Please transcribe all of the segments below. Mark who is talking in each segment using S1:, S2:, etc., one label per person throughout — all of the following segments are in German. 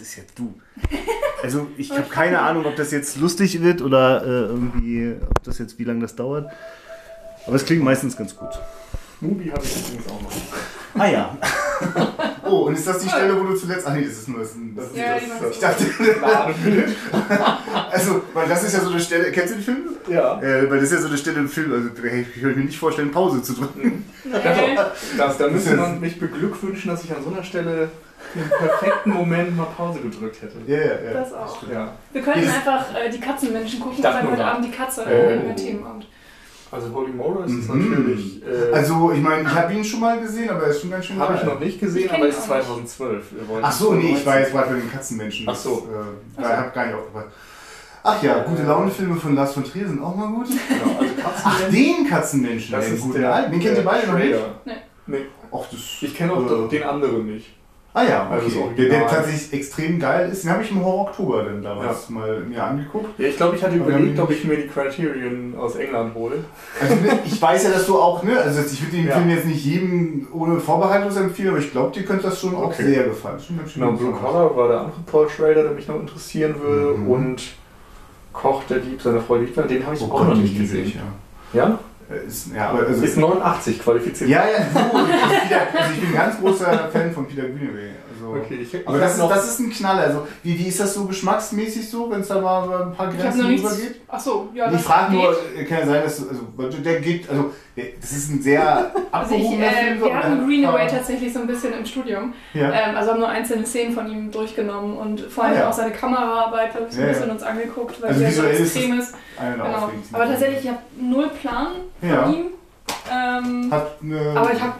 S1: ist jetzt du. Also ich habe keine Ahnung, ob das jetzt lustig wird oder äh, irgendwie, ob das jetzt, wie lange das dauert. Aber es klingt meistens ganz gut.
S2: Mubi habe ich übrigens auch noch.
S1: Ah ja.
S3: Oh, und ist das die Stelle, wo du zuletzt. Ah, nee, das ist nur. Das ist ein, das ist
S2: Ja,
S3: das,
S2: die
S3: das,
S2: machen
S3: ich dachte. also, weil das ist ja so eine Stelle. Kennst du den Film?
S2: Ja.
S3: Äh, weil das ist ja so eine Stelle im Film. Also, ich könnte mir nicht vorstellen, Pause zu drücken.
S2: Also, das, da müsste man mich beglückwünschen, dass ich an so einer Stelle im perfekten Moment mal Pause gedrückt hätte.
S3: Ja, ja, ja.
S4: Das auch.
S2: Ja.
S4: Wir könnten
S3: Dieses-
S4: einfach äh, die Katzenmenschen gucken
S2: Ich
S4: und
S2: dachte
S4: dann
S2: nur
S4: heute
S2: mal.
S4: Abend die Katze
S2: Äh.
S4: mit Themenabend.
S2: Also Holy Morris ist
S3: Mhm.
S2: natürlich. Äh,
S3: Also, ich meine, ich habe ihn schon mal gesehen, aber er ist schon ganz schön
S2: habe
S3: geil.
S2: ich noch nicht
S4: Ich
S2: gesehen,
S4: kenn
S2: aber
S4: ihn
S2: ist
S4: auch nicht.
S2: 2012. Wir wollten
S3: Ach so, nee, ich
S2: 2019.
S3: war jetzt gerade bei den Katzenmenschen.
S2: Ach so. Äh.
S3: Das, äh, da habe ich gar nicht aufgepasst. Ach ja, gute Laune-Filme von Lars von Trier sind auch mal gut.
S2: Genau, also
S3: Ach,
S2: Katzenmensch.
S3: den Katzenmenschen,
S2: Das
S3: den
S2: ist
S3: guten
S2: der,
S3: alten. Den kennt ihr
S2: der
S3: beide noch nicht?
S2: Trailer.
S4: Nee.
S2: Nee.
S3: Ach, das,
S2: Ich kenne auch
S3: äh,
S2: den anderen nicht.
S3: Ah ja,
S2: Also das
S3: okay.
S2: Original.
S3: der, der tatsächlich extrem geil ist. Den habe ich im Horror Oktober dann damals mal mir angeguckt.
S2: Ja, ich glaube, ich hatte
S3: Aber
S2: überlegt,
S3: dann-
S2: ob ich mir die Criterion aus England hole.
S3: Also ich weiß ja, dass du auch, ne, also ich würde den
S2: Ja.
S3: Film jetzt nicht jedem ohne vorbehaltlos empfehlen, aber ich glaube, dir könnte das schon auch
S2: Okay.
S3: sehr gefallen. Schon ganz schön
S2: Genau, Blue
S3: gefallen.
S2: Collar war der andere Paul Schrader, der mich noch interessieren würde.
S3: Mhm.
S2: Und Koch, der Dieb, seine Frau Liebler, den habe ich
S3: Oh
S2: auch noch
S3: Gott,
S2: nicht
S3: die liebe ich,
S2: gesehen.
S3: ja.
S2: Ja?
S3: Äh, Ist, ja, aber also,
S2: Ist 89 qualifiziert.
S3: ja, ja, so, ich, Peter, also ich bin ein ganz großer Fan von Peter Greenaway. Also,
S2: Okay, ich, ich
S3: Aber
S2: hab
S3: das ist, das ist ein Knaller. Also, wie, wie ist das so geschmacksmäßig so, wenn es da mal ein paar
S4: Ich habe
S3: Grenzen
S4: noch nichts.
S3: übergeht?
S4: Ach so, ja,
S3: ich
S4: das
S3: frage
S4: geht.
S3: nur, äh, kann ja sein, dass du, also, weil der gibt, also, der, das ist ein sehr
S4: Also ich,
S3: abgehobener
S4: äh,
S3: Film. so,
S4: wir
S3: aber
S4: hatten
S3: der-
S4: Greenaway tatsächlich so ein bisschen im Studium.
S3: Ja.
S4: Ähm, also haben nur einzelne Szenen von ihm durchgenommen und vor
S3: Ah,
S4: allem
S3: ja.
S4: auch seine Kameraarbeit habe ich so ein
S3: Ja, ja.
S4: bisschen uns angeguckt, weil
S3: Also
S4: sie ja so
S3: visuell ist
S4: extrem ist.
S3: Eine der
S4: Genau.
S3: aufregendsten
S4: Aber
S3: Filme.
S4: tatsächlich, ich habe null Plan von
S3: Ja.
S4: ihm. Ähm,
S3: Hat eine.
S4: aber ich habe,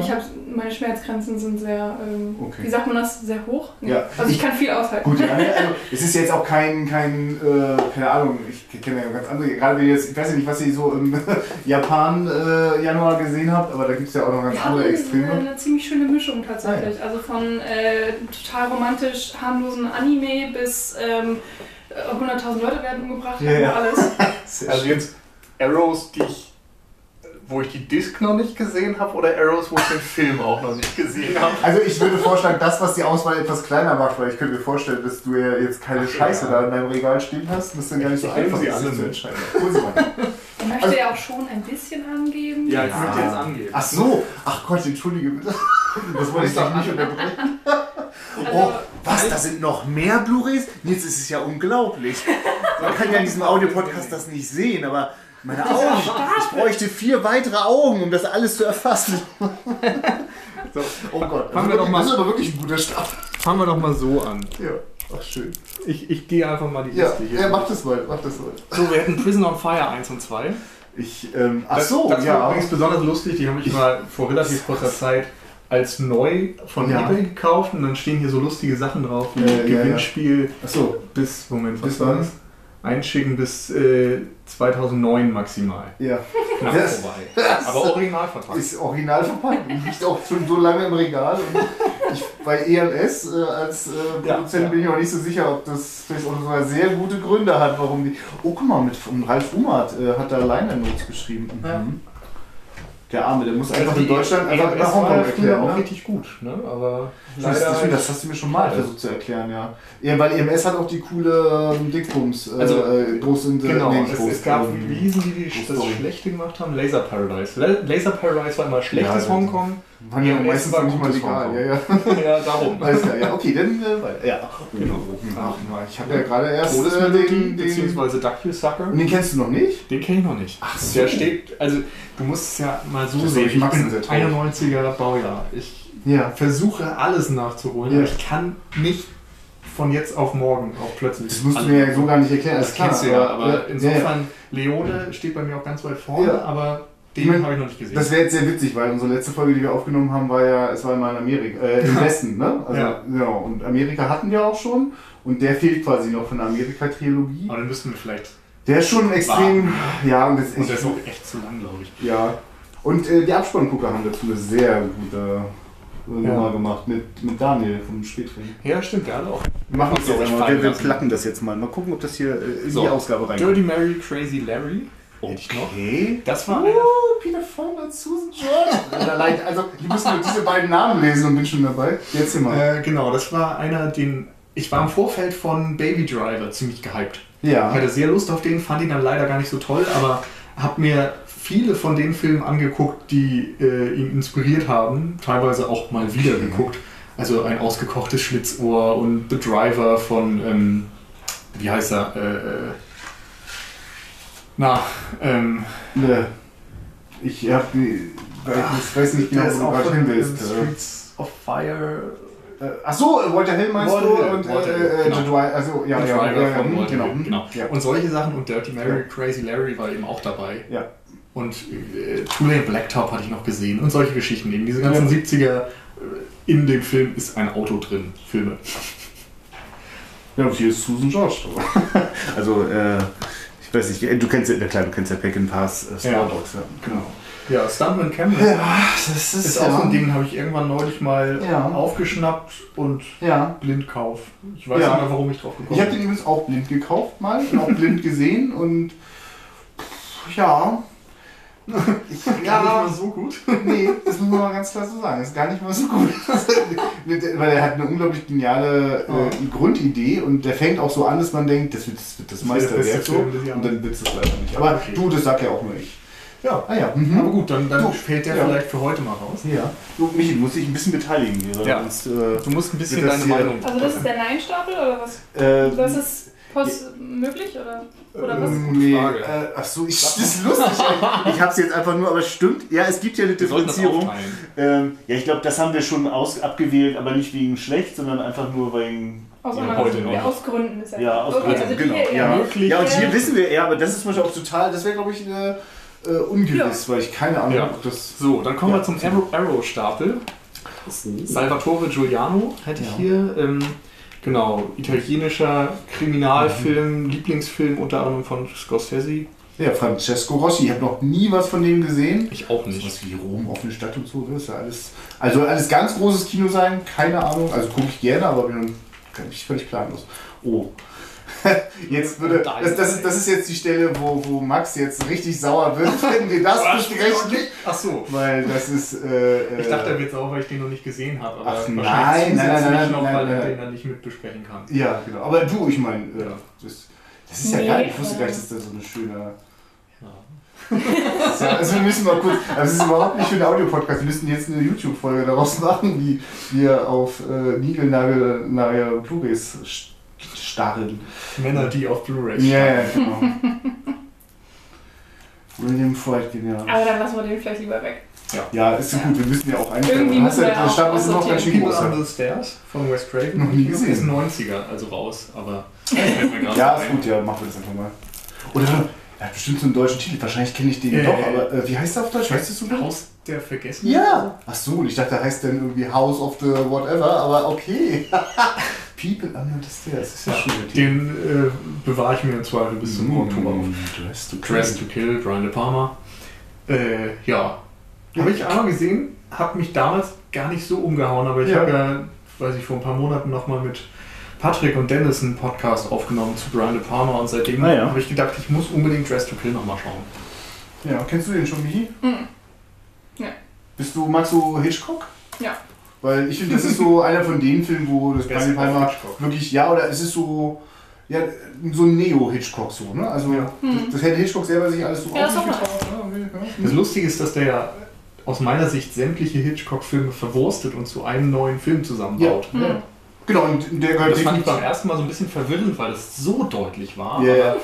S4: ich hab, meine Schmerzgrenzen sind sehr, ähm,
S3: Okay.
S4: wie sagt man das, sehr hoch. Nee.
S3: Ja.
S4: Also ich kann viel aushalten.
S3: Gut, ja, ne, also, es ist jetzt auch kein, kein äh, keine Ahnung, ich kenne ja ganz andere, gerade wenn ihr jetzt, ich weiß ja nicht, was ihr so im Japan äh, Januar gesehen habt, aber da gibt es ja auch noch ganz
S4: Wir hatten
S3: andere
S4: eine,
S3: Extreme.
S4: eine ziemlich schöne Mischung tatsächlich. Also von äh, total romantisch harmlosen Anime bis ähm, äh, 100.000 Leute werden umgebracht,
S3: Ja, ja.
S4: alles.
S2: also jetzt Arrows, die ich, wo ich die Disc noch nicht gesehen habe, oder Arrows, wo ich den Film auch noch nicht gesehen habe.
S3: Also ich würde vorschlagen, das, was die Auswahl etwas kleiner macht, weil ich könnte mir vorstellen, dass du ja jetzt keine
S2: Ach,
S3: Scheiße
S2: ja.
S3: da in deinem Regal stehen hast, dass dann gar nicht so
S2: Ich
S3: einfach
S2: nehme sie
S3: ist,
S2: alle
S3: das zu
S2: mit.
S3: entscheiden. Hol sie mal.
S4: Ich möchte
S3: Also
S4: ja auch schon ein bisschen angeben.
S2: Ja, ich
S3: Ja.
S2: möchte jetzt angeben.
S3: Ach so, ach Gott, entschuldige bitte. Das wollte ich doch nicht unterbrechen.
S4: also,
S3: Oh, was, da sind noch mehr Blu-rays? Jetzt ist es ja unglaublich. Man kann ja in diesem Audiopodcast das nicht sehen, aber meine Augen, ich bräuchte vier weitere Augen, um das alles zu erfassen.
S2: So,
S3: Oh Gott,
S2: Fangen wir doch mal-
S3: das ist aber wirklich ein guter Start.
S2: fangen wir doch mal so an.
S3: Ja, ach schön.
S2: Ich, ich gehe einfach mal die
S3: Ja,
S2: Liste hier.
S3: ja, mach das mal, mach das mal.
S2: So, wir hätten Prison on Fire 1 und 2.
S3: Ich, ähm, ach
S2: Das-
S3: so,
S2: das war
S3: ja.
S2: übrigens besonders lustig, die habe ich mal vor relativ kurzer Zeit als neu von
S3: Ja.
S2: eBay gekauft und dann stehen hier so lustige Sachen drauf, wie
S3: Äh, ja,
S2: Gewinnspiel
S3: Ach so,
S2: bis, Moment, was
S3: Bis
S2: war
S3: wann?
S2: das? Einschicken bis äh, 2009 maximal.
S3: ja.
S2: Knapp
S3: Das-
S2: vorbei. Aber original verpackt.
S3: Ist original verpackt. Liegt auch schon so lange im Regal. Und ich, bei EMS äh, als äh,
S2: Ja,
S3: Produzent
S2: ja.
S3: bin ich auch nicht so sicher, ob das vielleicht auch sogar sehr gute Gründe hat, warum die. Oh, guck mal, mit um Ralf Umat äh, hat da Liner Notes geschrieben. Mhm.
S2: Ja. E
S3: Der Arme, der muss
S2: Also
S3: einfach in Deutschland einfach nach Hongkong
S2: erklärt.
S3: erklären.
S2: auch
S3: Ne?
S2: richtig gut, ne? aber
S3: Das, das,
S2: leider-
S3: das hast du mir schon mal
S2: Leider.
S3: versucht zu erklären, ja. ja. Weil EMS hat auch die coole ähm, Dingsbums. Äh,
S2: Also,
S3: äh, Großinsel.
S2: Genau,
S3: nee, nicht
S2: es,
S3: Groß-
S2: es gab
S3: ähm,
S2: Riesen, die, die
S3: Groß-
S2: das
S3: Story.
S2: Schlechte gemacht haben. Laser Paradise. La- Laser Paradise war immer schlechtes
S3: Ja,
S2: Hongkong.
S3: Waren ja
S2: EMS
S3: meistens
S2: E war
S3: noch nicht mal
S2: gutes
S3: legal.
S2: Hongkong.
S3: Ja, ja.
S2: ja, darum.
S3: Alles klar, ja, okay, dann äh, weiter. Ja,
S2: Genau.
S3: Ach, na, ich habe ja gerade erst äh,
S2: Todesmelodie,
S3: den, den,
S2: beziehungsweise Duckyu-Sucker.
S3: Und den kennst du noch nicht?
S2: Den kenne ich noch nicht.
S3: Ach
S2: Der steht, also du musst es ja mal so
S3: Das
S2: sehen.
S3: hab ich Max
S2: bin
S3: gesagt.
S2: 91er Baujahr. Ich
S3: Ja.
S2: versuche alles nachzuholen,
S3: Ja.
S2: aber ich kann nicht von jetzt auf morgen auch plötzlich.
S3: Das musst du
S2: alle-
S3: mir ja so gar nicht erklären.
S2: Also- Das
S3: alles klar,
S2: kennst du ja, aber
S3: ja, ja.
S2: insofern, Leone steht bei mir auch ganz weit vorne,
S3: Ja.
S2: aber
S3: Ich
S2: den
S3: mein,
S2: habe ich noch nicht gesehen.
S3: Das wäre jetzt sehr witzig, weil unsere letzte Folge, die wir aufgenommen haben, war ja, es war mal in Amerika, äh, im Westen, ne? Also,
S2: Ja.
S3: Genau, und Amerika hatten wir auch schon. Und der fehlt quasi noch von der Amerika-Trilogie.
S2: aber dann müssten wir vielleicht.
S3: Der ist schon extrem, ja, und das
S2: Und der
S3: ist,
S2: ist auch echt zu lang, glaube ich.
S3: ja. Und äh, die Abspanngucker haben dazu eine sehr gute äh, Nummer
S2: Ja.
S3: gemacht mit, mit Daniel vom Spätfilm.
S2: Ja, stimmt, gerade auch.
S3: Wir machen das
S2: Ja,
S3: jetzt
S2: ich
S3: einmal.
S2: fallen
S3: Wir, wir
S2: lassen.
S3: placken das jetzt mal. Mal gucken, ob das hier äh, in
S2: So.
S3: die Ausgabe reinkommt.
S2: Dirty Mary, Crazy Larry. Hätte ich noch.
S3: Oh, Okay.
S2: Das war einer.
S3: Uh, Peter Fonda, Susan Jordan. Allein, also, die müssen nur diese beiden Namen lesen und bin schon dabei. Jetzt hier mal.
S2: Äh, genau, das Äh, war einer, den Ich war im Vorfeld von Baby Driver ziemlich gehypt. Ich
S3: Ja.
S2: hatte sehr Lust auf den, fand ihn dann leider gar nicht so toll, aber habe mir viele von den Filmen angeguckt, die äh, ihn inspiriert haben, teilweise auch mal wieder
S3: Mhm.
S2: geguckt. Also ein ausgekochtes Schlitzohr und The Driver von, ähm, wie heißt er? Äh, äh, na, ähm,
S3: Ne. Ich hab die. weil Ich weiß- weiß nicht genau,
S2: der
S3: wo
S2: ist
S3: du
S2: auch
S3: gerade
S2: von
S3: hin
S2: den
S3: willst.
S2: Streets of Fire.
S3: Äh, Ach so, äh, Walter Hill meinst
S2: Walter
S3: du?
S2: Hill,
S3: Und
S2: Walter Hill,
S3: äh, äh,
S2: genau.
S3: The Dri- also, ja,
S2: The
S3: ja,
S2: Driver
S3: ja, ja,
S2: von
S3: hm,
S2: Walter
S3: genau.
S2: Hill,
S3: hm,
S2: genau.
S3: Ja.
S2: Und solche Sachen und Dirty Mary,
S3: Ja.
S2: Crazy Larry war eben auch dabei.
S3: Ja.
S2: Und äh, Tulane Blacktop hatte ich noch gesehen und solche Geschichten eben. Diese ganzen 70er, äh, in dem Film ist ein Auto drin, Filme.
S3: ja, und hier ist Susan George. aber-
S5: Also, äh, ich weiß nicht, äh, du kennst ja, na klar, du kennst ja Pack and Pass äh, Star
S2: Ja.
S5: Dogs, ja.
S3: Genau.
S2: Ja, Stuntman Cameron
S3: Ja, das ist,
S2: ist auch so ein Ding, habe ich irgendwann neulich mal
S3: Ja.
S2: aufgeschnappt und
S3: Ja.
S2: blind kauf. Ich weiß
S3: Ja.
S2: nicht mehr, warum ich drauf
S3: Ich
S2: gekommen
S3: habe
S2: bin.
S3: den übrigens auch blind gekauft mal, und auch blind gesehen und pff, ja. Ich,
S2: Gar
S3: ja,
S2: nicht mal so gut.
S3: nee, das muss man mal ganz klar so sagen. Ist gar nicht mal so gut. Weil er hat eine unglaublich geniale äh, Grundidee und der fängt auch so an, dass man denkt, das wird das, wird das
S2: Das wird der
S3: Meisterwerk
S2: beste
S3: so.
S2: Film des
S3: Und
S2: Jahres.
S3: dann wird es leider nicht. Aber
S2: Okay.
S3: du, das sag ja auch nur ich.
S2: Ja.
S3: Ah ja.
S2: Aber
S3: Mhm.
S2: gut, dann, dann
S3: Du,
S2: fällt der
S3: ja.
S2: vielleicht für heute mal raus.
S3: Ja.
S5: Du, Michi, du musst dich ein bisschen beteiligen hier.
S2: Ja.
S5: Sonst, äh,
S2: Du musst ein bisschen
S5: Wird das
S2: deine
S5: hier-
S2: Meinung.
S4: Also das ist der Nein-Stapel oder was?
S5: äh, mm,
S4: Das ist post möglich oder, oder was?
S3: Ähm,
S2: gute
S3: nee,
S2: Frage.
S3: äh, ach so, ich, das ist lustig.
S5: ich hab's jetzt einfach nur, aber es stimmt. Ja, es gibt ja eine
S2: Wir sollten das
S5: Differenzierung.
S2: aufteilen.
S5: Ähm, ja, ich glaube, das haben wir schon aus, abgewählt, aber nicht wegen schlecht, sondern einfach nur wegen.
S4: Aus,
S2: Ja,
S4: anderen-
S2: heute noch.
S4: aus Gründen ist er.
S5: Ja, aus
S4: okay,
S5: Gründen,
S4: also die
S5: genau,
S4: Ehe-
S5: ja.
S2: Möglich.
S5: Ja, und
S4: Ja.
S5: hier wissen wir, ja, aber das ist zum Beispiel
S3: auch total, das wäre glaube ich äh, äh, ungewiss, weil ich keine Ahnung
S2: Ja.
S3: ob das.
S2: So, dann kommen
S3: Ja.
S2: wir zum Arrow- Arrow-Stapel. Salvatore Giuliano hätte ich
S3: Ja.
S2: hier. Ähm, genau, italienischer
S3: Mhm.
S2: Kriminalfilm, Lieblingsfilm unter anderem von Scorsese.
S3: Ja, Francesco Rossi, ich habe noch nie was von dem gesehen.
S2: Ich auch
S3: Das ist was wie Rom, offene Stadt und so, das ist ja alles. Also alles ganz großes Kino sein, keine Ahnung. Also gucke ich gerne, aber bin, bin ich völlig planlos. Oh. Jetzt würde. Das, das, ist, das ist jetzt die Stelle, wo, wo Max jetzt richtig sauer wird, wenn wir das besprechen.
S2: Ach so.
S3: Weil das ist. Äh, äh,
S2: Ich dachte, er wird sauer, weil ich den noch nicht gesehen habe. Aber
S3: Ach,
S2: wahrscheinlich
S3: nein, nein, nein,
S2: zusätzlich
S3: nein,
S2: noch,
S3: nein,
S2: weil er
S3: nein.
S2: den dann nicht mit besprechen kann.
S3: Ja, genau. Aber du, ich meine, äh, das, das ist ja
S4: Nee,
S3: gar nicht. Ich wusste gar
S4: äh,
S3: nicht, dass da so eine schöne. Ja, also wir müssen mal kurz, also es ist überhaupt nicht für den Audiopodcast, wir müssen jetzt eine YouTube-Folge daraus machen, wie wir auf äh, Nigelnagel nahe Blu-rays st- starren.
S2: Männer, die auf Blu-ray
S3: Ja, ja, genau. William Freud, genial.
S4: Aber dann lassen wir den vielleicht lieber weg.
S3: Ja, ist so gut, wir müssen ja auch eigentlich.
S4: Irgendwie
S3: hast
S4: müssen
S3: ja,
S4: wir
S3: der
S4: auch
S3: Stab ist noch ganz schön
S2: People
S3: groß.
S2: on the Stairs von Wes Craven.
S3: Noch nie gesehen.
S2: Ist 90er, also raus, aber fällt mir gerade
S3: Ja,
S2: ein.
S3: ist gut, ja, machen wir das einfach mal. Oder er hat bestimmt so einen deutschen Titel, wahrscheinlich kenne ich den
S2: Ja,
S3: doch,
S2: ja, ja.
S3: aber äh, wie heißt der auf Deutsch? Weißt du so genau?
S2: Haus der Vergessen?
S3: Ja! Ach so, und ich dachte, der heißt dann irgendwie House of the Whatever, aber okay. People under the Stairs, das ist ja
S2: Ja,
S3: schon der Titel.
S2: Den äh, bewahre ich mir im Zweifel bis
S3: Mhm.
S2: zum Oktober auf.
S3: Mm, Dress to
S2: Dress to Kill, Brian De Palma. Äh, ja. Habe ich einmal gesehen, habe mich damals gar nicht so umgehauen, aber ich
S3: Ja.
S2: habe ja, weiß ich, vor ein paar Monaten nochmal mit Patrick und Dennis einen Podcast aufgenommen zu Brian De Palma und seitdem
S5: Ah, ja.
S2: habe ich gedacht, ich muss unbedingt Dress to Kill nochmal schauen.
S3: Ja, kennst du den schon, Michi?
S4: Mhm. Ja.
S3: Bist du, magst du Hitchcock?
S4: Ja.
S3: Weil ich finde, das ist so einer von den Filmen, wo das
S2: Wer ist
S3: Brian De Palma
S2: Hitchcock?
S3: wirklich, ja, oder es ist so, ja, so ein Neo-Hitchcock so, ne? Also,
S2: Ja.
S3: das, das hätte Hitchcock selber sich alles so
S4: Mhm. Ja,
S3: auch
S4: ist
S3: nicht
S4: auch mal.
S3: getraut. Ja, okay, ja.
S2: Das Lustige ist, dass der ja aus meiner Sicht sämtliche Hitchcock-Filme verwurstet und zu einem neuen Film zusammenbaut.
S4: hm.
S3: Ja. Genau, und der gehört
S2: Das fand ich
S3: definitiv-
S2: beim ersten Mal so ein bisschen verwirrend, weil das so deutlich war.
S3: Ja, ja.
S2: Aber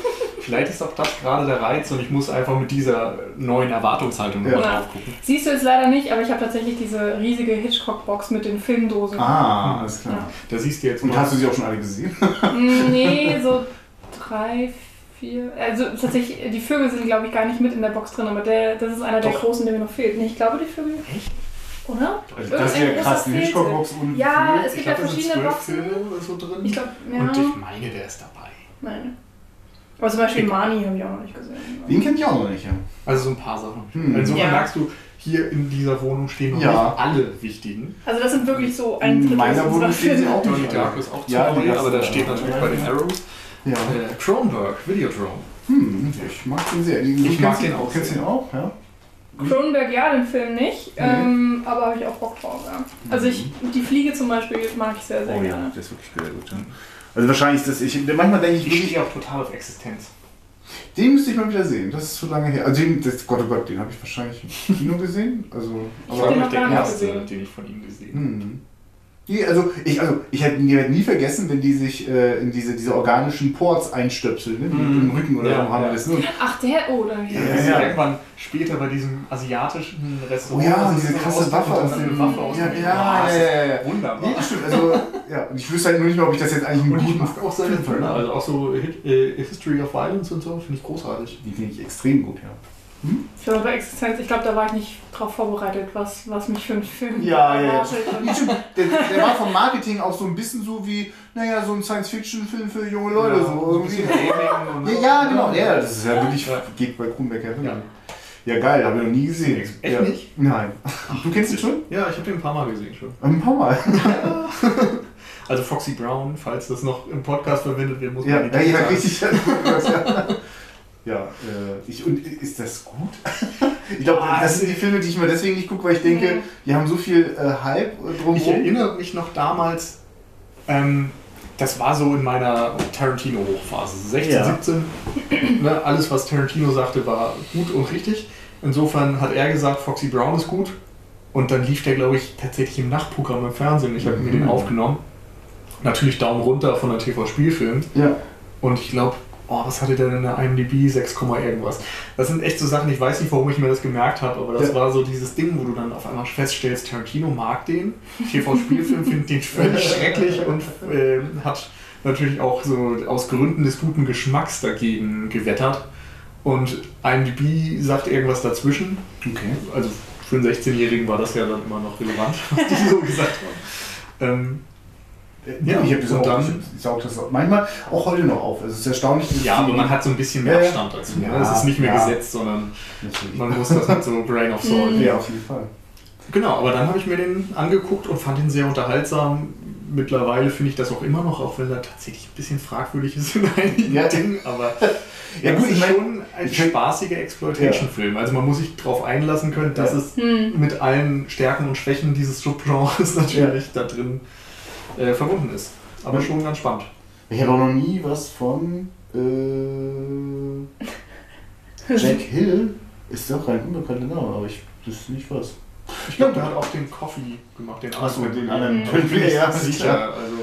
S2: vielleicht ist auch das gerade der Reiz und ich muss einfach mit dieser neuen Erwartungshaltung
S3: Ja.
S2: nochmal drauf gucken.
S4: Siehst du jetzt leider nicht, aber ich habe tatsächlich diese riesige Hitchcock-Box mit den Filmdosen.
S3: Ah, alles klar.
S2: Da siehst du jetzt
S3: Und
S2: mal.
S3: hast du sie auch schon alle gesehen?
S4: Nee, so drei, vier. Also tatsächlich, die Vögel sind, glaube ich, gar nicht mit in der Box drin, aber der, das ist einer der
S2: Doch.
S4: großen, der mir noch fehlt. Nee, ich glaube, die Vögel.
S2: Echt?
S4: Oder?
S3: Also das ist ja
S4: Irgendwas
S3: krass, eine
S4: fehlte.
S3: Hitchcock-Box und
S4: Ja, es
S2: ich
S4: gibt
S2: glaub,
S4: ja
S2: da sind
S4: verschiedene
S2: zwölf
S4: Boxen.
S2: Filme oder so drin.
S4: Ich glaube,
S2: Und ich
S4: ja.
S2: meine, der ist dabei.
S4: Nein. Aber zum Beispiel Mani habe ich auch noch nicht gesehen.
S3: den kenne ich auch noch nicht. Ja.
S2: Also so ein paar Sachen.
S3: Hm.
S2: Insofern
S4: Ja.
S2: merkst du, hier in dieser Wohnung stehen noch
S3: Ja.
S2: nicht alle wichtigen.
S4: Also das sind wirklich so ein Drittel
S3: Meiner
S4: unserer
S3: Wohnung stehen sie
S4: Filme.
S3: auch
S2: Johnny
S3: nicht.
S2: Dark ist auch zu
S3: Ja, die
S2: neu,
S3: lassen
S2: aber da
S3: wir
S2: steht
S3: mal.
S2: natürlich bei den Arrows.
S3: Ja.
S2: Äh, Kronberg, Videodrome.
S3: Hm, ich mag den sehr. Den-
S2: Ich mag
S3: kennst du-
S2: den auch
S3: Kennst du
S2: sehr.
S3: den auch? Ja.
S4: Cronenberg ja, den Film nicht,
S3: Mhm.
S4: ähm, aber habe ich auch Bock drauf. Ja. Also ich, die Fliege zum Beispiel mag ich sehr, sehr
S5: Oh ja,
S4: gerne.
S5: das ist wirklich sehr gut. Ja. Also wahrscheinlich ist das, ich, manchmal denke ich,
S2: Ich
S5: wirklich,
S2: stehe auch total auf Existenz.
S3: Den müsste ich mal wieder sehen. Das ist zu lange her. Also den, das, Gott, oh Gott, den habe ich wahrscheinlich im Kino gesehen. Also,
S4: Ich hab
S3: aber,
S4: den noch gar nicht gesehen.
S2: den ich von ihm gesehen
S3: hm. Nee, also ich, also ich hätte nie, hätte nie vergessen, wenn die sich äh, in diese, diese organischen Ports einstöpseln, ne? die
S2: Mhm.
S3: im Rücken oder
S2: Ja,
S3: so haben
S2: ja.
S3: wir das. Ne?
S4: Ach, der? Oh, da hab ich
S2: habe. Das
S3: Ja,
S2: ist
S3: ja.
S2: irgendwann später bei diesem asiatischen Restaurant.
S3: Oh ja,
S2: das ist
S3: diese
S2: so
S3: krasse
S2: ausgepackt
S3: Waffe
S2: und
S3: aus
S2: dann
S3: dem-
S2: eine Waffe aus
S3: Ja,
S2: dem- Ah,
S3: ja,
S2: das
S3: ja, ja, ja.
S2: ist Wunderbar.
S3: Nee, das stimmt. Also, ja, und ich wüsste halt nur nicht mal, ob ich das jetzt eigentlich einen
S2: Und ich
S3: guten
S2: mag auch seine
S3: Film
S2: Filme.
S3: finde.
S2: Also auch so Hit, äh, History of Violence und so, finde ich großartig.
S3: Die finde ich extrem gut, ja.
S4: Ich glaube, bei Existenz, ich glaube, da war ich nicht drauf vorbereitet, was, was mich für einen Film
S3: Ja, ja, ja.
S4: erwartet. Und
S3: Nee, stimmt. Der, der war vom Marketing auch so ein bisschen so wie, naja, so ein Science-Fiction-Film für junge Leute.
S2: Ja,
S3: so
S2: so ein
S3: irgendwie.
S2: bisschen Gaming
S3: Ja,
S2: und-
S3: ja, genau. Ja, das ist ja wirklich,
S2: Ja.
S3: geht bei Kronberg ja hin.
S2: Ja.
S3: Ja, geil, habe ich noch nie gesehen.
S2: Echt
S3: ja.
S2: nicht?
S3: Nein. Du kennst ihn schon?
S2: Ja, ich habe den ein paar Mal gesehen schon.
S3: Ein paar Mal.
S2: Also Foxy Brown, falls das noch im Podcast verwendet werden muss.
S3: Ja,
S2: man
S3: ja,
S2: die
S3: ja,
S2: sagen.
S3: richtig. Ja, ja äh, ich, und ist das gut? Ich glaube,
S2: Ah,
S3: das sind die Filme, die ich mir deswegen nicht gucke, weil ich denke, die haben so viel äh, Hype äh,
S2: Ich
S3: drumherum.
S2: erinnere mich noch damals, ähm, das war so in meiner Tarantino-Hochphase, so 16,
S5: Ja.
S2: 17. Ne, alles, was Tarantino sagte, war gut und richtig. Insofern hat er gesagt, Foxy Brown ist gut. Und dann lief der, glaube ich, tatsächlich im Nachtprogramm im Fernsehen. Ich habe mir den aufgenommen. Natürlich Daumen runter von der TV-Spielfilm.
S3: Ja.
S2: Und ich glaube, oh, was hatte der denn in der IMDb? 6, Komma irgendwas. Das sind echt so Sachen, ich weiß nicht, warum ich mir das gemerkt habe, aber das
S3: Ja.
S2: war so dieses Ding, wo du dann auf einmal feststellst, Tarantino mag den, TV-Spielfilm findet den völlig schrecklich und äh, hat natürlich auch so aus Gründen des guten Geschmacks dagegen gewettert. Und IMDb sagt irgendwas dazwischen.
S3: Okay.
S2: Also für einen 16-Jährigen war das ja dann immer noch relevant, was die so gesagt haben. Ähm, Ja,
S3: Äh, ich habe das
S2: und
S3: auch,
S2: dann-
S3: ich saug das auch manchmal auch heute noch auf. Es ist erstaunlich. dass
S2: Ja,
S3: die-
S2: aber man hat so ein bisschen mehr
S3: Ja, ja.
S2: Abstand dazu. ne?
S3: Ja,
S2: es ist nicht mehr
S3: ja.
S2: gesetzt, sondern
S3: Natürlich.
S2: man muss das mit so Grain of Salt.
S3: Ja, auf jeden Fall.
S2: Genau, aber dann habe ich mir den angeguckt und fand ihn sehr unterhaltsam. Mittlerweile finde ich das auch immer noch, auch wenn er tatsächlich ein bisschen fragwürdig ist in einigen
S3: Ja.
S2: Dingen, aber
S3: Ja,
S2: das
S3: gut, ich
S2: ist
S3: mein-
S2: schon ein
S3: ich mein-
S2: spaßiger Exploitation-Film. Also man muss sich darauf einlassen können, dass
S3: Ja.
S2: es
S4: Hm.
S2: mit allen Stärken und Schwächen dieses Subgenres natürlich da drin äh, verbunden ist. Aber
S3: Ja.
S2: schon ganz spannend.
S3: Ich habe auch noch nie was von äh, Jack Hill. Ist doch ein unbekannter Name, aber ich wüsste nicht was.
S2: Ich glaube, der hat auch den Coffee gemacht, den
S3: Achso,
S2: anderen.
S3: den anderen.
S4: Mhm.
S2: Bin mir nicht
S3: Ja, sicher.
S2: sicher. Also,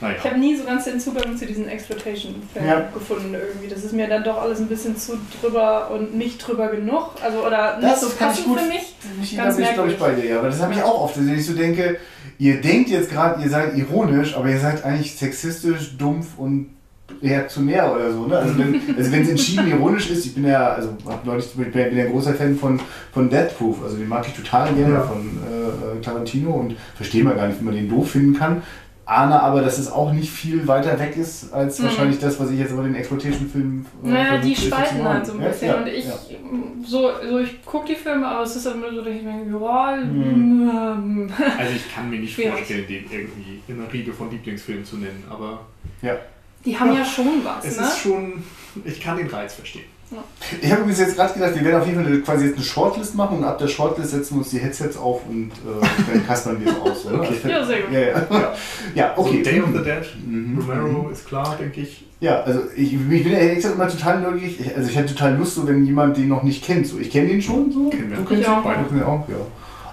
S2: naja.
S4: Ich habe nie so ganz den Zugang zu diesen Exploitation-Filmen
S3: Ja.
S4: gefunden irgendwie. Das ist mir dann doch alles ein bisschen zu drüber und nicht drüber genug. Also oder nicht
S3: Das
S4: so
S3: kann ich
S4: passend
S3: gut-
S4: für mich.
S3: Ich, da
S4: Ganz
S3: bin ich, glaube ich,
S4: merkwürdig.
S3: bei dir, ja. Aber das habe ich auch oft, dass ich so denke, ihr denkt jetzt gerade, ihr seid ironisch, aber ihr seid eigentlich sexistisch, dumpf und reaktionär oder so. Ne? Also wenn also wenn es entschieden ironisch ist, ich bin ja, also hab neulich, ich bin ja- bin ja ein großer Fan von, von Death Proof, also den mag ich total gerne
S2: Ja.
S3: von äh, äh, Tarantino und verstehe mal gar nicht, wie man den doof finden kann. Ahne aber, dass es auch nicht viel weiter weg ist als
S4: Mhm.
S3: wahrscheinlich das, was ich jetzt über den Exploitation-Film. äh,
S4: Naja, die
S3: versucht, zu
S4: spalten
S3: machen.
S4: halt so ein
S3: Ja,
S4: bisschen.
S3: ja,
S4: und ich,
S3: ja.
S4: so, so, ich gucke die Filme, aber es ist dann immer so, dass ich mir denke, ja,
S3: Hm.
S4: ähm,
S2: Also ich kann mir nicht
S4: Schwierig.
S2: vorstellen, den irgendwie in der Riege von Lieblingsfilmen zu nennen, aber
S4: die haben
S2: Ja.
S4: ja, schon was,
S2: es
S4: ne?
S2: ist schon, ich kann den Reiz verstehen.
S3: Ich habe übrigens jetzt gerade gedacht, wir werden auf jeden Fall eine- quasi jetzt eine Shortlist machen und ab der Shortlist setzen wir uns die Headsets auf und äh, dann kaspern wir es aus. Oder? Also,
S2: Okay.
S4: Ja, sehr gut.
S3: Ja, ja.
S2: Ja.
S3: ja okay.
S2: So Also Day of the Dead,
S3: Mhm.
S2: Romero ist klar, denke ich.
S3: Ja, also ich, ich bin ja ehrlich gesagt immer total neugierig. Ich, also ich hätte total Lust, so wenn jemand den noch nicht kennt. So, ich kenne den schon so.
S2: Kennen wir.
S3: Du kennst
S4: Ich
S3: ihn
S4: auch.
S3: beide. kennen wir auch, ja.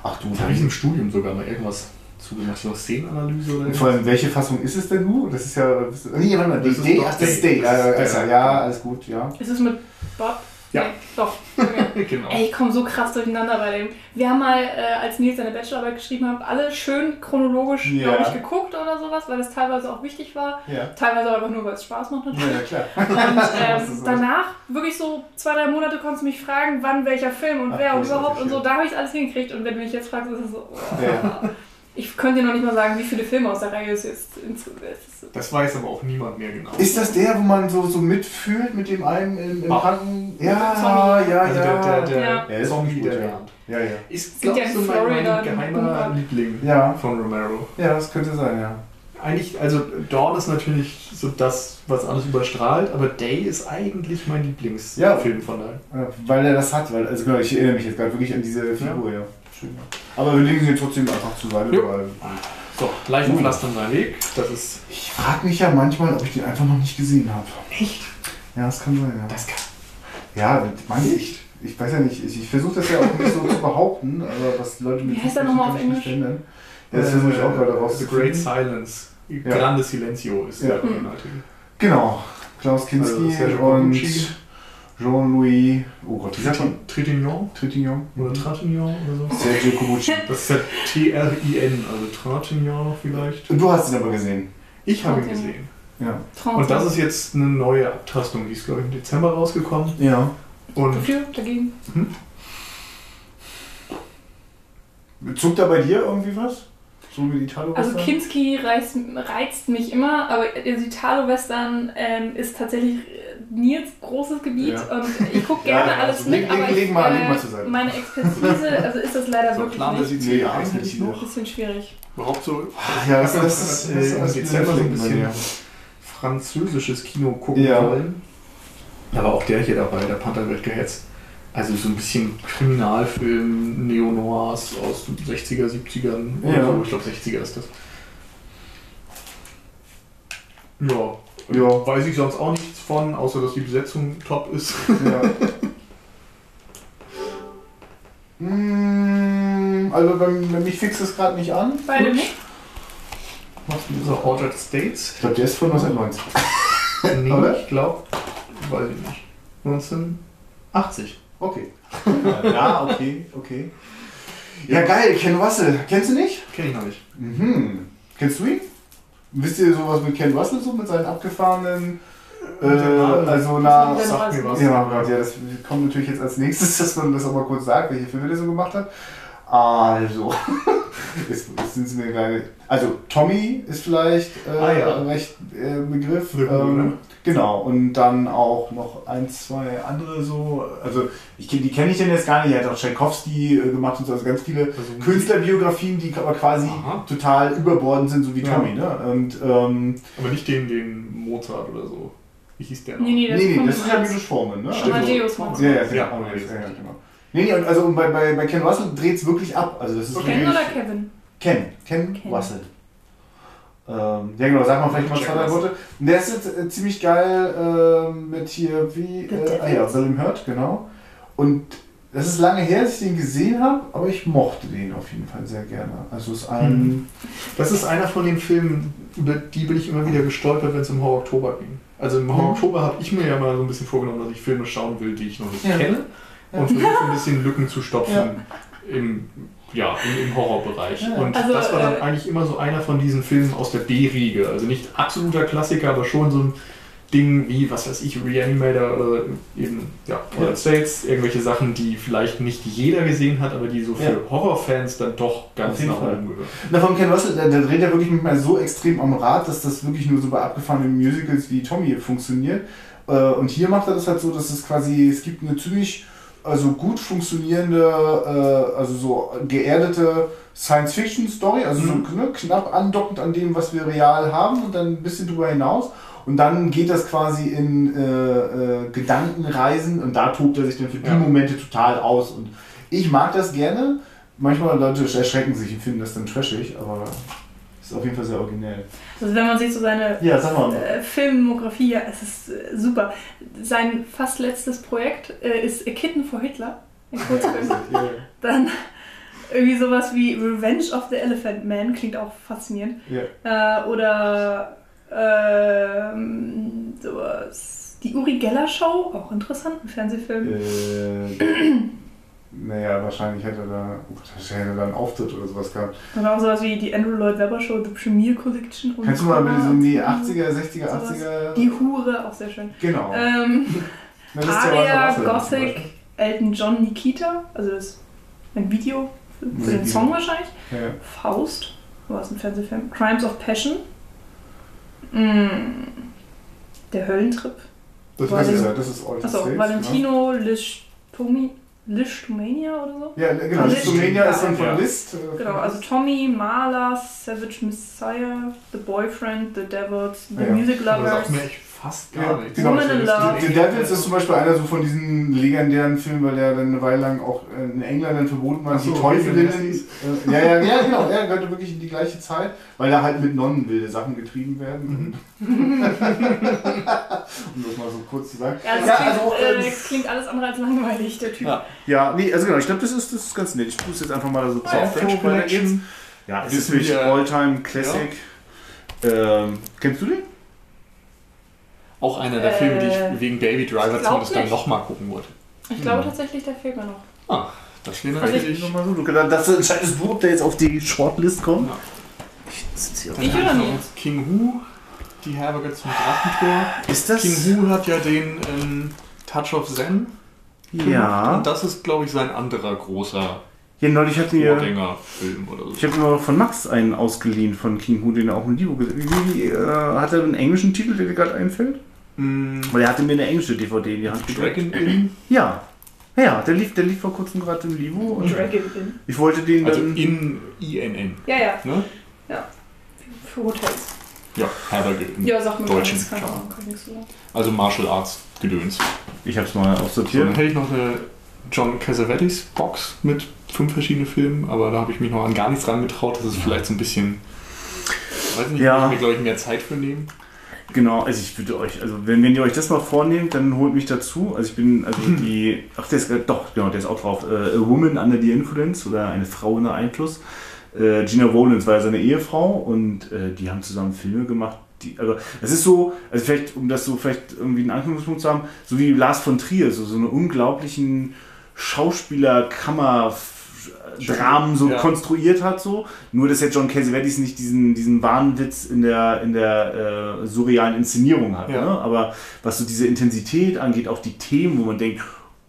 S3: Ach du,
S2: Da habe ich im Studium sogar mal irgendwas zugemacht, so Szenenanalyse oder
S3: Und vor allem, welche Fassung ist es denn du? Das ist ja. Nee, warte mal,
S2: Das
S3: das
S2: ist
S3: Day,
S2: doch
S3: ach, das ist
S2: Day.
S3: Day. Ja, ja,
S2: Das ist
S3: ja,
S2: Day.
S3: ja, alles gut, ja.
S4: Ist es mit Bob?
S2: Ja.
S4: Nee, doch.
S2: irgendwas. Genau.
S4: Ey, ich komme so krass durcheinander bei dem. Wir haben mal, äh, als Nils seine Bachelorarbeit geschrieben hat, alle schön chronologisch,
S3: Ja.
S4: glaube ich, geguckt oder sowas, weil das teilweise auch wichtig war.
S3: Ja,
S4: Teilweise auch einfach nur, weil es Spaß macht natürlich.
S3: ja, ja klar.
S4: Und
S3: Das
S4: ähm,
S3: ist
S4: danach, wirklich so zwei, drei Monate, konntest du mich fragen, wann welcher Film und
S3: Ach,
S4: wer und
S3: großartig,
S4: überhaupt und so.
S3: ja.
S4: Da habe ich alles hingekriegt. Und wenn du mich jetzt fragst, ist es so. Oh.
S3: Ja.
S4: Ich könnte dir noch nicht mal sagen, wie viele Filme aus der Reihe es jetzt insgesamt
S2: Das weiß aber auch niemand mehr genau.
S3: Ist das der, wo man so, so mitfühlt mit dem einen im, im
S2: Ah.
S3: Kranken?
S4: dem Zombie.
S3: ja,
S2: also der, der, der
S4: Ja.
S3: Ja, ist
S2: Zombie,
S3: gut,
S2: der
S3: ja.
S2: lernt.
S3: Ja, ja.
S2: Ist,
S4: Sind
S2: glaube
S4: ja
S2: ich,
S4: in
S2: so mein, mein
S4: Florida.
S2: geheimer Liebling
S3: Ja,
S2: von Romero.
S3: ja, das könnte sein, ja.
S2: eigentlich, also Dawn ist natürlich so das, was alles überstrahlt, aber Day ist eigentlich mein Lieblingsfilm
S3: Ja.
S2: von daher.
S3: Ja, weil er das hat, weil, also genau, ich erinnere mich jetzt gerade wirklich an diese Figur, ja. Schön, ja. Aber wir legen sie trotzdem einfach zur Seite,
S2: Jo.
S3: weil.
S2: So, Leichenpflaster mein Weg. Das ist.
S3: Ich frage mich ja manchmal, ob ich den einfach noch nicht gesehen habe.
S2: Echt?
S3: Ja, das kann sein, ja.
S2: Das kann.
S3: Ja, Mann, echt. Ich weiß ja nicht, ich, ich versuche das ja auch nicht so zu behaupten, aber was Leute mit
S4: Wie heißt der
S3: Fußball
S4: nochmal auf
S3: kann ich nicht
S4: Englisch?
S3: ändern. Ja, das versuche ich auch gerade raus.
S2: The Great Silence. Grande Silencio ist
S3: Ja.
S2: der Originaltitel.
S3: Genau. Klaus Kinski
S2: Also Serge
S3: und
S2: Bogucci.
S3: Jean-Louis. Oh Gott, wie sagt man?
S2: Tritignon
S3: Trintignant?
S2: oder Tratignon oder so.
S3: Sergio Kobucci.
S2: Das ist ja T-R-I-N, also Tratignon vielleicht.
S3: Du hast ihn aber gesehen.
S2: Ich habe ihn
S4: Tratignon.
S2: gesehen.
S3: Ja.
S2: Und das ist jetzt eine neue Abtastung, die ist glaube ich im Dezember rausgekommen.
S3: Ja.
S2: Und
S4: Dafür, dagegen.
S3: Zuckt da bei dir irgendwie was? So wie die Italo
S4: Also Kinski reizt, reizt mich immer, aber die Italo-Western ähm, ist tatsächlich äh, Nils großes Gebiet
S3: Ja.
S4: und ich gucke
S3: Ja,
S4: gerne
S3: ja,
S4: alles
S3: also
S4: mit,
S3: leg-
S4: aber
S3: leg- leg mal-
S4: ich, äh,
S3: leg mal zur Seite.
S4: meine Expertise, also ist das leider wirklich nicht.
S3: Nee, ja, das hätte ich
S4: Ein
S3: noch.
S4: bisschen schwierig.
S2: ne? überhaupt so
S3: Ja,
S2: das-
S3: das,
S2: das-
S3: das,
S2: das-
S3: das
S2: äh,
S3: ist
S2: im Dezember so ein bisschen-
S3: Ja.
S2: französisches Kino gucken
S3: Ja.
S2: wollen. Da war auch der hier dabei, der Panther wird gehetzt. Also so ein bisschen Kriminalfilm, Neo-Noirs aus den 60er, 70ern. oder
S3: Ja.
S2: so. Ich glaube 60er ist das. Ja.
S3: Ja.
S2: Weiß ich sonst auch nichts von, außer dass die Besetzung top ist.
S3: Ja. Mm, Also bei, bei mich fixt es gerade nicht an.
S4: Beide nicht?
S3: Macht mir
S2: So,
S3: so.
S2: Altered States.
S3: Ich glaube, der ist von 1990.
S2: Nee,
S3: Oder?
S2: ich glaube, weiß ich nicht. 1980.
S3: Okay. ja, okay, okay. Ja, geil, Ken Russell. Kennst du nicht?
S2: Kenn ich noch nicht.
S3: Mhm. Kennst du ihn? Wisst ihr sowas mit Ken Russell so, mit seinen abgefahrenen. Äh, also na.
S4: Das
S2: Sagt mir was.
S3: Ja, Gott, ja, das kommt natürlich jetzt als nächstes, dass man das auch mal kurz sagt, welche Filme der so gemacht hat. Also, jetzt, jetzt sind sie mir kleine. Also, Tommy ist vielleicht äh,
S2: Ah, ja.
S3: recht äh, Begriff.
S2: Wirklich, ne?
S3: Ähm, genau, und dann auch noch ein, zwei andere so. Also, ich, kenn- die kenne ich denn jetzt gar nicht. Er hat auch Tchaikovsky äh, gemacht und so, also ganz viele
S2: Also,
S3: Künstlerbiografien, die aber quasi
S2: Aha.
S3: total überbordend sind, so wie
S2: Ja.
S3: Tommy. Ne? Und, ähm,
S2: Aber nicht den, den Mozart oder so. Wie hieß der noch?
S4: Nee, nee, das,
S3: nee, nee,
S4: kommt
S3: das ist ja Milos Forman, ne?
S2: Stimmt.
S4: Amadeus Mozart.
S3: Ja, ja, ja,
S2: Ja.
S3: Amadeus, ja, ja, genau. Nee, nee, und also bei, bei, bei Ken Russell dreht es wirklich ab. Also das ist
S4: Ken
S3: wirklich
S4: oder Kevin?
S3: Ken, Ken,
S4: Ken.
S3: Russell. Ähm, ja genau, sag mal vielleicht mal
S2: Jack
S3: zwei, drei
S2: Russell.
S3: Worte. Und Der ist jetzt äh, ziemlich geil ähm, mit hier wie,
S4: The
S3: äh, ah
S4: Devils.
S3: ja, William Hurt, genau. Und das ist lange her, dass ich den gesehen habe, aber ich mochte den auf jeden Fall sehr gerne. Also ist ein,
S2: Mhm. Das ist einer von den Filmen, über die bin ich immer wieder gestolpert, wenn es im Horror Oktober ging. Also im
S3: Mhm.
S2: Horror Oktober habe ich mir ja mal so ein bisschen vorgenommen, dass ich Filme schauen will, die ich noch nicht
S3: Ja.
S2: kenne und versuche ein bisschen Lücken zu stopfen
S3: Ja.
S2: im, ja, im, im Horrorbereich.
S3: Ja.
S2: Und
S4: Also,
S2: das war dann
S4: äh,
S2: eigentlich immer so einer von diesen Filmen aus der B-Riege. Also nicht absoluter Klassiker, aber schon so ein Ding wie, was weiß ich, Reanimator oder eben, ja, Altered States, irgendwelche Sachen, die vielleicht nicht jeder gesehen hat, aber die so für
S3: Ja.
S2: Horrorfans dann doch ganz
S3: Auf jeden
S2: nach
S3: Fall.
S2: oben gehören.
S3: Na, vom Ken Russell, der, der dreht ja wirklich manchmal so extrem am Rad, dass das wirklich nur so bei abgefahrenen Musicals wie Tommy funktioniert. Äh, und hier macht er das halt so, dass es quasi, es gibt eine ziemlich, also gut funktionierende, äh, also so geerdete Science-Fiction-Story, also so ne, knapp andockend an dem, was wir real haben und dann ein bisschen drüber hinaus. Und dann geht das quasi in äh, äh, Gedankenreisen und da tobt er sich dann für die
S2: Ja.
S3: Momente total aus. Und ich mag das gerne. Manchmal Leute erschrecken sich und finden das dann trashig, aber ist auf jeden Fall sehr originell.
S4: Also wenn man sich so seine
S3: Ja, sag mal.
S4: äh, Filmografie, ja, es ist äh, super. Sein fast letztes Projekt äh, ist A Kitten for Hitler, ein Kurzfilm. Dann irgendwie sowas wie Revenge of the Elephant Man, klingt auch faszinierend.
S3: Ja.
S4: Äh, oder ähm, sowas. Die Uri Geller Show, auch interessant, ein Fernsehfilm. Ähm.
S3: Äh, naja, wahrscheinlich hätte er da, oh Gott, wahrscheinlich hätte er da einen Auftritt oder sowas gehabt.
S4: Dann auch sowas wie die Andrew Lloyd Webber Show, The Premier Collection. Und
S3: Kannst du mal bitte so in die 80er,
S4: sowas.
S3: 60er, 80er.
S4: Die Hure, auch sehr schön.
S3: Genau.
S4: Ähm,
S3: Na, das ist ja
S4: Aria,
S3: Russell zum
S4: Gothic,
S3: Beispiel.
S4: Elton John, Nikita, also das ist ein Video für, für den
S3: Musikvideo.
S4: Song wahrscheinlich.
S3: Ja.
S4: Faust, war es ein Fernsehfilm. Crimes of Passion. Mm, der Höllentrip.
S3: Das,
S4: Valen-
S3: ist ja, das ist Altered
S4: Achso,
S3: States, genau.
S4: Valentino Listomi. Listumania oder so.
S3: Ja, genau.
S4: List.
S3: Listomania ist dann
S2: Ja.
S3: von List. äh,
S4: Genau, also Tommy, Marla, Savage Messiah, The Boyfriend, The Devils, The
S3: Ja,
S4: Music
S2: Aber
S4: Lovers.
S2: sagt mir echt fast
S3: Ja,
S2: gar nichts.
S3: genau.
S4: Woman in Love.
S3: The Devils ist zum Beispiel einer so von diesen legendären Filmen, weil der dann eine Weile lang auch äh, in England dann verboten war.
S2: Ach so,
S3: die Teufelinnen.
S2: Wilde Nesties.
S3: Äh, ja, ja, ja, genau. Er gehörte wirklich in die gleiche Zeit, weil da halt mit Nonnen wilde Sachen getrieben werden.
S5: Mhm.
S3: um das mal so kurz zu sagen.
S4: Ja, das
S3: Ja,
S4: klingt,
S3: also,
S4: äh,
S3: ähm,
S4: klingt alles andere als langweilig, der Typ.
S2: Ja.
S5: Ja, nee, also genau, ich glaube, das ist, das ist ganz nett. Ich tue es jetzt einfach mal da so drauf.
S2: French
S5: weil da geht's.
S2: Connection.
S5: Ja, es
S2: Wissen
S5: ist natürlich
S2: wir-
S5: Alltime Classic. Ähm, kennst du den?
S2: Auch einer der Filme, die
S4: Äh,
S2: ich wegen Baby Driver
S4: ich glaub
S2: zumindest dann
S4: nicht.
S2: nochmal gucken würde.
S4: Ich glaube tatsächlich, der fehlt mir noch.
S2: Das wäre
S4: Also ich-
S2: natürlich.
S5: Noch mal so, du, das entscheidest du, ob der jetzt auf die Shortlist kommt.
S2: Ja.
S5: Ich sitz hier
S4: Ich oder nie?
S2: King Hu, die Herberge zum Drachentor.
S5: auf- Ist das?
S2: King Hu hat ja den ähm, Touch of Zen gemacht.
S5: Ja.
S2: Und das ist, glaube ich, sein anderer großer
S5: Hier neulich hatten wir.
S2: Vorgängerfilm oder so.
S5: Ich habe mir noch von Max einen ausgeliehen von King Hu, den er auch in Libo gesehen hat. Wie, äh, hat er einen englischen Titel, der dir gerade einfällt?
S2: Mm,
S5: Weil er hatte mir eine englische DVD in die Hand gedrückt.
S2: Dragon Inn,
S5: Ja. Ja, der lief, der lief vor kurzem gerade im Libo und
S4: Dragon Inn.
S5: ich wollte den
S2: also
S5: dann.
S2: in INN,
S4: Ja, ja,
S2: ne?
S4: für Hotels.
S2: Ja, Herberge Inn.
S4: Ja, sag mir gar
S2: Deutschen,
S4: nichts, keine
S2: klar.
S4: Ahnung, kann ich nichts zu sagen.
S2: Also Martial Arts Gedöns.
S5: Ich hab's mal
S2: So, dann
S5: aussortiert.
S2: hätte ich noch eine John Cassavetes Box mit fünf verschiedenen Filmen, aber da habe ich mich noch an gar nichts rangetraut. Das ist vielleicht so ein bisschen. Weiß nicht,
S5: Ja.
S2: muss ich mir, glaube ich, mehr Zeit für nehmen.
S5: Genau, also ich würde euch, also wenn, wenn ihr euch das mal vornehmt, dann holt mich dazu. Also ich bin, also die, ach der ist, äh, doch, genau, der ist auch drauf. Äh, A Woman Under the Influence oder eine Frau unter Einfluss. Äh, Gina Rowlands war ja seine Ehefrau und äh, die haben zusammen Filme gemacht. Die, also es ist so, also vielleicht, um das so vielleicht irgendwie einen Anknüpfungspunkt zu haben, so wie Lars von Trier, so, so einen unglaublichen Schauspielerkammer Dramen so
S2: Ja.
S5: konstruiert hat so, nur dass ja John Cassavetes nicht diesen, diesen Wahnwitz in der, in der äh, surrealen Inszenierung hat,
S2: Ja.
S5: ne? aber was so diese Intensität angeht, auch die Themen, wo man denkt,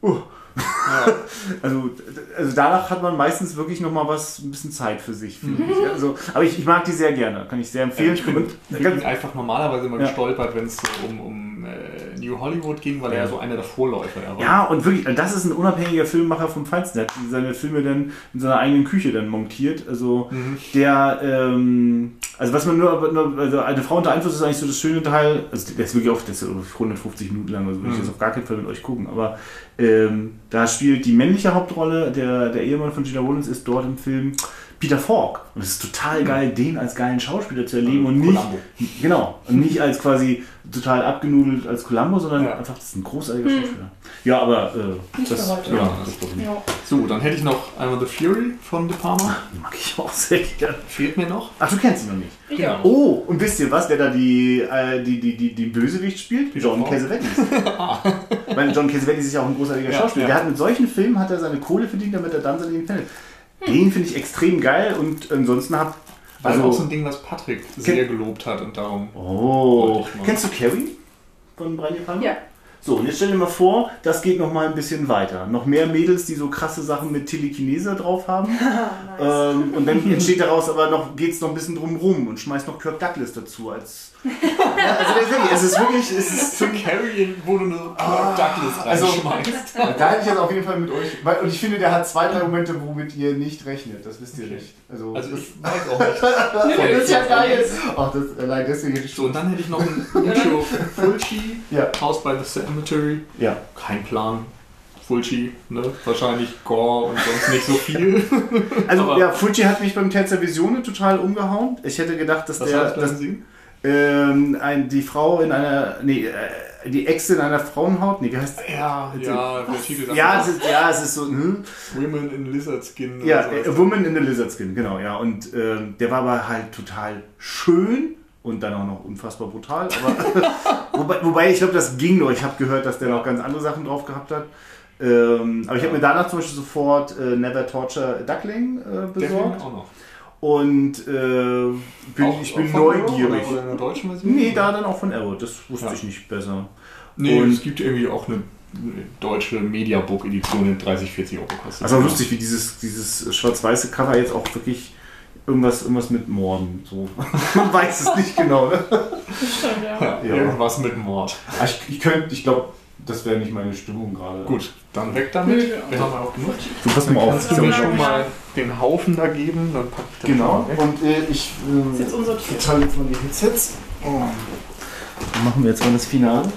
S5: uh.
S2: Ja,
S5: also, also danach hat man meistens wirklich nochmal was, ein bisschen Zeit für sich, finde ich. Also, aber ich, ich mag die sehr gerne, kann ich sehr empfehlen.
S2: Mhm. ich bin,
S5: Und-
S2: ich bin einfach normalerweise immer
S5: Ja.
S2: gestolpert, wenn es so um, um äh, New Hollywood ging, weil er ja so einer der Vorläufer war.
S5: ja, und wirklich, also das ist ein unabhängiger Filmemacher vom Feinsten. Der hat seine Filme dann in seiner eigenen Küche dann montiert. Also
S2: Mhm.
S5: der, ähm, also was man nur, nur, also eine Frau unter Einfluss ist eigentlich so das schöne Teil. Also der ist wirklich oft, der ist so 150 Minuten lang, also würde ich
S2: Mhm.
S5: jetzt auf gar keinen Fall mit euch gucken. Aber ähm, da spielt die männliche Hauptrolle, der, der Ehemann von Gina Rollins ist dort im Film Peter Falk. Und es ist total geil, den als geilen Schauspieler zu erleben und nicht
S2: Mhm. Columbo.
S5: Genau. Und nicht als quasi total abgenudelt als Columbo, sondern
S2: Ja.
S5: einfach, das ist ein großartiger Schauspieler. Ja, aber äh,
S4: Mhm. Nicht
S5: das,
S4: für
S5: ja,
S4: heute.
S5: das glaube ich.
S4: Ja.
S2: So, dann hätte ich noch einmal The Fury von De Palma.
S5: Die mag ich auch sehr gerne.
S2: Fehlt mir noch.
S5: Ach, du kennst ihn noch nicht.
S4: Ich
S2: Genau.
S4: auch.
S5: Oh, und wisst ihr was, wer da die, äh, die, die, die, die Bösewicht spielt?
S2: Peter
S5: John
S2: Falk.
S5: Cassavetes. Ich meine, John Cassavetes ist ja auch ein großartiger
S2: Ja,
S5: Schauspieler.
S2: ja.
S5: Der hat mit solchen Filmen hat er seine Kohle verdient, damit er dann seinen findet. Den finde ich extrem geil und ansonsten hab.
S2: Also auch so
S5: Also,
S2: ein Ding, was Patrick sehr gelobt hat und darum.
S5: oh.
S2: Wollte ich mal.
S5: Kennst du Carrie von Brian De Palma?
S4: Ja.
S5: So, und jetzt stell dir mal vor, das geht noch mal ein bisschen weiter. Noch mehr Mädels, die so krasse Sachen mit Telekinese drauf haben.
S4: Ah,
S5: ähm, und dann entsteht daraus aber noch, geht's noch ein bisschen drum rum und schmeißt noch Kirk Douglas dazu als. ja, also tatsächlich, es ist wirklich, es ist
S2: Zu Carrion, wo du nur Kirk Douglas
S3: also-
S2: reinschmeißt.
S3: Da hätte ich jetzt auf jeden Fall mit euch. Weil, und ich finde, der hat zwei, drei Momente, womit ihr nicht rechnet. Das wisst ihr
S2: Okay.
S3: nicht. Also,
S2: Also
S3: das,
S2: ich weiß auch nicht.
S3: das ist ja
S2: ich-
S3: geil. Ach, das,
S5: äh,
S3: allein deswegen hätte ich
S2: So, und dann hätte ich noch ein Lucio Fulci,
S3: Ja.
S2: House by the Cemetery.
S5: Ja.
S2: Kein Plan. Fulci, ne? Wahrscheinlich Gore und sonst nicht so viel.
S5: Also
S2: Aber-
S5: ja, Fulci hat mich beim Terza Visione total umgehauen. Ich hätte gedacht, dass
S2: Was
S5: der,
S2: hat er
S5: dass
S2: dann gesehen?
S5: ähm, ein, die Frau in einer, nee, äh, die Ex in einer Frauenhaut, nee, wie heißt?
S2: Ja, ja, der Titel sagt
S5: Ja,
S2: auch,
S5: es ist, ja, es ist so. Hm.
S2: Women in Lizard Skin. oder
S5: Ja,
S2: sowas.
S5: äh, A Woman in the Lizard Skin, genau, ja. Und ähm, der war aber halt total schön und dann auch noch unfassbar brutal. Aber, wobei, wobei, ich glaube, das ging nur. Ich habe gehört, dass der noch ganz andere Sachen drauf gehabt hat. Ähm, aber ich habe mir danach zum Beispiel sofort äh, Never Torture a Duckling äh,
S2: der Film
S5: besorgt.
S2: auch noch.
S5: Und äh, bin,
S2: Auch-
S5: ich bin
S2: von Gore
S5: neugierig.
S2: Oder, oder in der deutschen Version?
S5: Nee, da dann auch von Arrow. Das wusste
S2: Ja.
S5: ich nicht besser.
S2: Nee,
S5: Und-
S2: es gibt irgendwie auch eine deutsche Mediabook-Edition, die 30, 40 Euro kostet.
S5: Also lustig, wie dieses, dieses schwarz-weiße Cover jetzt auch wirklich irgendwas, irgendwas mit Morden. So. Man weiß es nicht genau. Ne?
S4: Das stimmt, ja.
S2: Ja,
S5: Ja.
S2: Irgendwas mit Mord.
S3: Ah, Ich, ich könnte, ich glaube, das wäre nicht meine Stimmung gerade.
S2: Gut, dann weg damit. Wir haben ja auch genug.
S5: Du pass
S2: Dann
S5: mal auf.
S2: kannst du mir
S5: Ist ja-
S2: schon mal den Haufen da geben, dann pack ich das
S3: Genau.
S2: schon mal weg.
S3: Und äh, ich
S4: Das ist jetzt
S3: äh,
S4: unser Tipp.
S3: verteile jetzt mal die Headsets. Oh. Dann machen wir jetzt mal das Finale.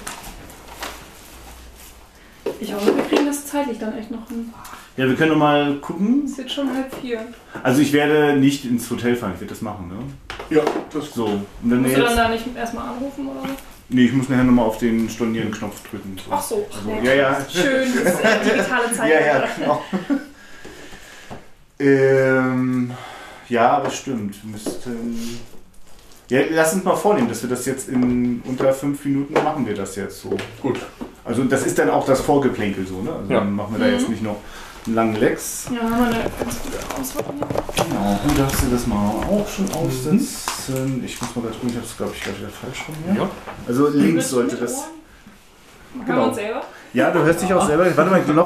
S4: Ich hoffe, wir kriegen das zeitlich dann echt noch hin.
S5: Ja, wir können noch mal gucken.
S4: Es ist jetzt schon halb vier.
S5: Also ich werde nicht ins Hotel fahren, ich werde das machen, ne?
S2: Ja, das
S5: So, und wenn wir
S4: Musst du dann
S5: jetzt...
S4: da nicht erstmal anrufen oder was?
S5: Nee, ich muss nachher nochmal auf den Stornieren-Knopf drücken. So.
S4: Ach so.
S5: Also, ja, ja.
S4: Schön, das ist, äh, digitale Zeit.
S3: genau.
S5: Ähm, ja, aber stimmt. Wir Müssten. Ja, lass uns mal vornehmen, dass wir das jetzt in unter fünf Minuten machen wir das jetzt so.
S2: Gut.
S5: Also das ist dann auch das Vorgeplänkel so, ne? Also
S2: Ja.
S5: dann machen wir da
S4: Mhm.
S5: jetzt nicht noch einen langen Lex.
S4: Ja, haben wir eine ganz gute Auswahl.
S5: Genau, gut, hast du das mal auch
S2: Mhm.
S5: schon aussetzen. Ich muss mal gerade gucken, ich hab's glaube ich gerade wieder falsch rum hier.
S2: Ja.
S5: Also links
S4: Mit
S5: sollte
S4: Ohren?
S5: das.
S4: Machen
S5: Genau.
S4: wir uns selber?
S5: Ja, du hörst dich auch selber. Warte mal, ich bin noch.